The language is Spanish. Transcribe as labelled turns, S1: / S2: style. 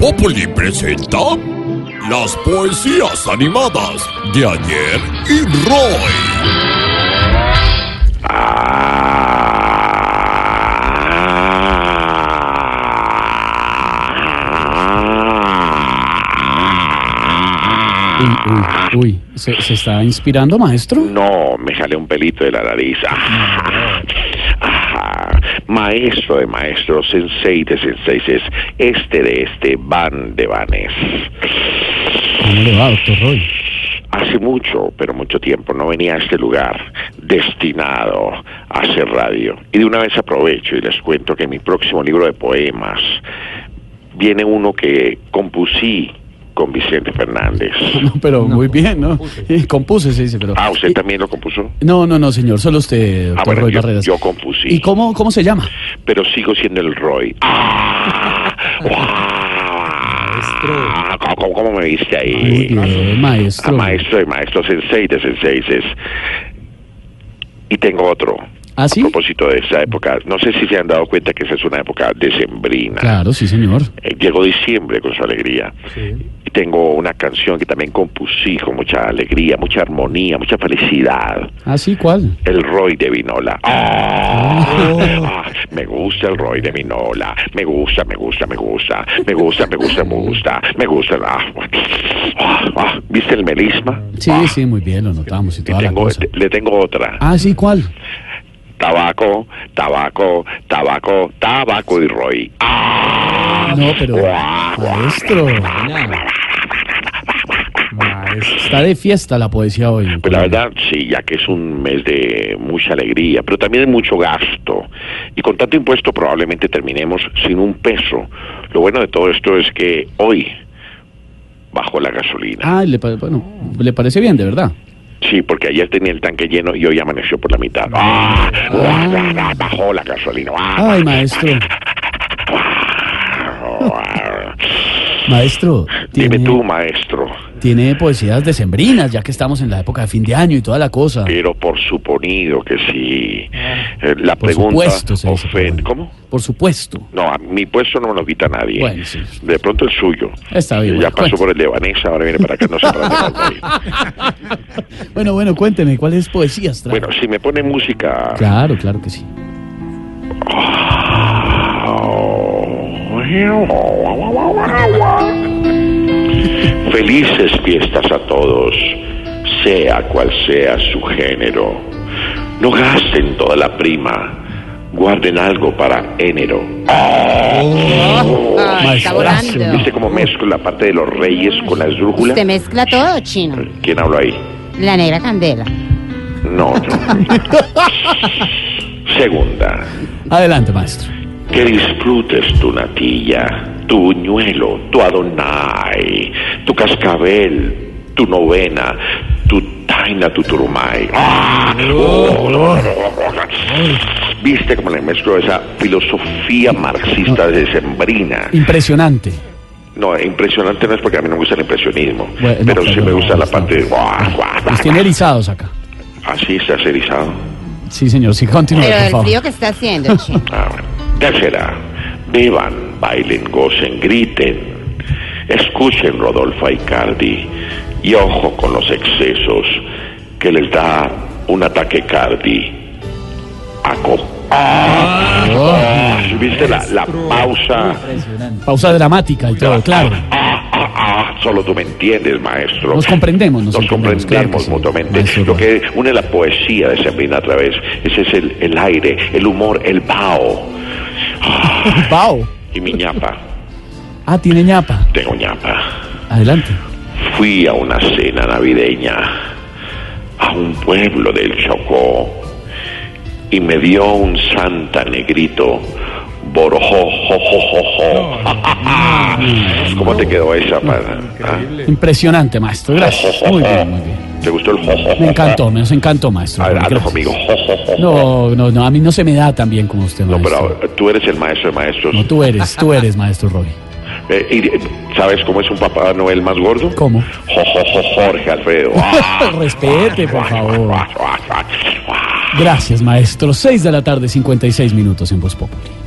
S1: Populi presenta las poesías animadas de ayer y Roy.
S2: Uy, uy, uy. ¿Se, se está inspirando, maestro?
S3: No, me jalé un pelito de la nariz. Ah, ah, Maestro de maestros, sensei de senseis, este de este, van de vanes.
S2: ¿Cómo le va, doctor Roy?
S3: Hace mucho, pero mucho tiempo, no venía a este lugar destinado a hacer radio. Y de una vez aprovecho y les cuento que en mi próximo libro de poemas viene uno que compusí con Vicente Fernández.
S2: No, pero muy bien, ¿no? Eh, Compuse, se dice, pero...
S3: Ah, ¿usted también lo compuso?
S2: No, no, no, señor. Solo usted, doctor
S3: Ah, bueno,
S2: Roy
S3: yo-
S2: Barreras.
S3: yo compuse.
S2: ¿Y cómo, cómo se llama?
S3: pero sigo siendo el Roy. ¡Ah! ¡Ah! ¿Cómo- ¿Cómo, cómo me viste
S2: Muy
S3: ahí?
S2: bien,
S3: Ah,
S2: maestro.
S3: maestro de maestros, sensei de senseis. Y tengo otro.
S2: ¿Ah, sí?
S3: A propósito de esa época, no sé si se han dado cuenta que esa es una época decembrina.
S2: Claro, sí, señor.
S3: Eh, Llegó diciembre con su alegría. Y tengo una canción que también compusí con mucha alegría, mucha armonía, mucha felicidad.
S2: ¿Ah, sí? ¿Cuál?
S3: El Roy de Vinola. ¡Ah!
S2: Oh.
S3: Ah, me gusta el Roy de Vinola. Me gusta, me gusta, me gusta. Me gusta, me gusta, me gusta. Me gusta. Ah, ah, ah. ¿Viste el melisma?
S2: Sí,
S3: Ah,
S2: sí, muy bien, lo notamos y
S3: y
S2: toda la
S3: tengo- este-
S2: cosa.
S3: te- le tengo otra.
S2: Ah, sí, ¿cuál?
S3: Tabaco, tabaco, tabaco, tabaco y Roy. Ah,
S2: No, pero...
S3: ah,
S2: Maestro. Está de fiesta la poesía hoy. en
S3: Pues la
S2: Colombia.
S3: verdad, sí, ya que es un mes de mucha alegría, pero también de mucho gasto. Y con tanto impuesto probablemente terminemos sin un peso. Lo bueno de todo esto es que hoy bajó la gasolina.
S2: Ah, le, pa- bueno, le parece bien, de verdad.
S3: Sí, porque ayer tenía el tanque lleno y hoy amaneció por la mitad. ¡Ah! ¡Ah! ¡Ah! ¡Ah! Bajó la gasolina. ¡Ah!
S2: Ay, maestro.
S3: ¡Ah!
S2: Maestro,
S3: Dime
S2: tiene,
S3: tú, maestro,
S2: tiene poesías decembrinas, ya que estamos en la época de fin de año y toda la cosa.
S3: pero por suponido que sí. Eh, La
S2: Ah. Por
S3: pregunta
S2: supuesto, se dice, pero
S3: ofende.
S2: bueno.
S3: ¿Cómo?
S2: Por supuesto.
S3: No, a mi puesto no me lo quita nadie.
S2: Bueno, sí.
S3: De pronto el suyo.
S2: Está bien,
S3: Ya
S2: bueno,
S3: pasó
S2: cuente.
S3: por el de Vanessa, ahora viene para acá, no sé para dónde va a ir.
S2: Bueno, bueno, cuénteme, ¿cuáles poesías trae?
S3: Bueno, si me pone música.
S2: claro, claro que sí.
S3: Felices fiestas a todos, sea cual sea su género. No gasten toda la prima, guarden algo para enero.
S4: está
S2: Maestrazo.
S4: volando.
S3: ¿Viste cómo mezclo la parte de los reyes con la esdrújula?
S4: Usted mezcla todo, chino.
S3: ¿Quién habló ahí?
S4: La negra candela.
S3: No, yo. Segunda,
S2: Adelante, maestro.
S3: que disfrutes tu natilla, tu buñuelo, tu adonai, tu cascabel, tu novena, tu taina, tu turumay. ¡Ah! oh, ¿Viste cómo le mezcló esa filosofía marxista de sembrina?
S2: Impresionante.
S3: No, impresionante no es porque a mí no me gusta el impresionismo,
S2: Bueno, no,
S3: pero sí
S2: pero
S3: me
S2: no,
S3: gusta la
S2: está-
S3: parte de... ¡guau, guau, guau!
S2: Los tiene erizados acá.
S3: Así está cerizado.
S2: Sí, señor, sí, continúe,
S4: Pero
S2: por
S4: el
S2: favor.
S4: frío que está haciendo, chino.
S3: Ah, bueno. Tercera, beban, bailen, gocen, griten. Escuchen Rodolfo Aicardi y ojo con los excesos que les da un ataque cardi. Aco. Ah, ¿Viste la, la pausa?
S2: Pausa dramática y todo, claro.
S3: Ah, ah, ah, solo tú me entiendes, maestro.
S2: Nos comprendemos, nos
S3: Nos
S2: entendemos,
S3: comprendemos
S2: claro que sí,
S3: mutuamente.
S2: maestro
S3: Lo
S2: Roy.
S3: que une la poesía de Sembrina a través, ese es el, el aire, el humor, el bao.
S2: Pau.
S3: Y mi ñapa,
S2: Ah, tiene ñapa.
S3: tengo ñapa.
S2: Adelante.
S3: Fui a una cena navideña a un pueblo del Chocó y me dio un santa negrito borojo jo, jo, jo, jo. ¿Cómo te quedó esa pana? ¿Ah?
S2: Impresionante, maestro. Gracias. Muy bien, muy bien.
S3: ¿Te gustó el jo, jo,
S2: Me
S3: jo?
S2: encantó, me nos encantó, maestro.
S3: A ver, hazlo
S2: Gracias.
S3: conmigo. jo, jo, jo, jo.
S2: No, no, no, a mí no se me da tan bien como usted,
S3: No,
S2: maestro.
S3: pero ah, tú eres el maestro de maestros.
S2: No, tú eres, tú eres, maestro Roy.
S3: Eh, y, eh, ¿Sabes cómo es un Papá Noel más gordo?
S2: ¿Cómo?
S3: Jo, jo, jo, Jorge Alfredo. Ah,
S2: Respete, por favor. Gracias, maestro. 6 de la tarde, 56 minutos en Voz Populi.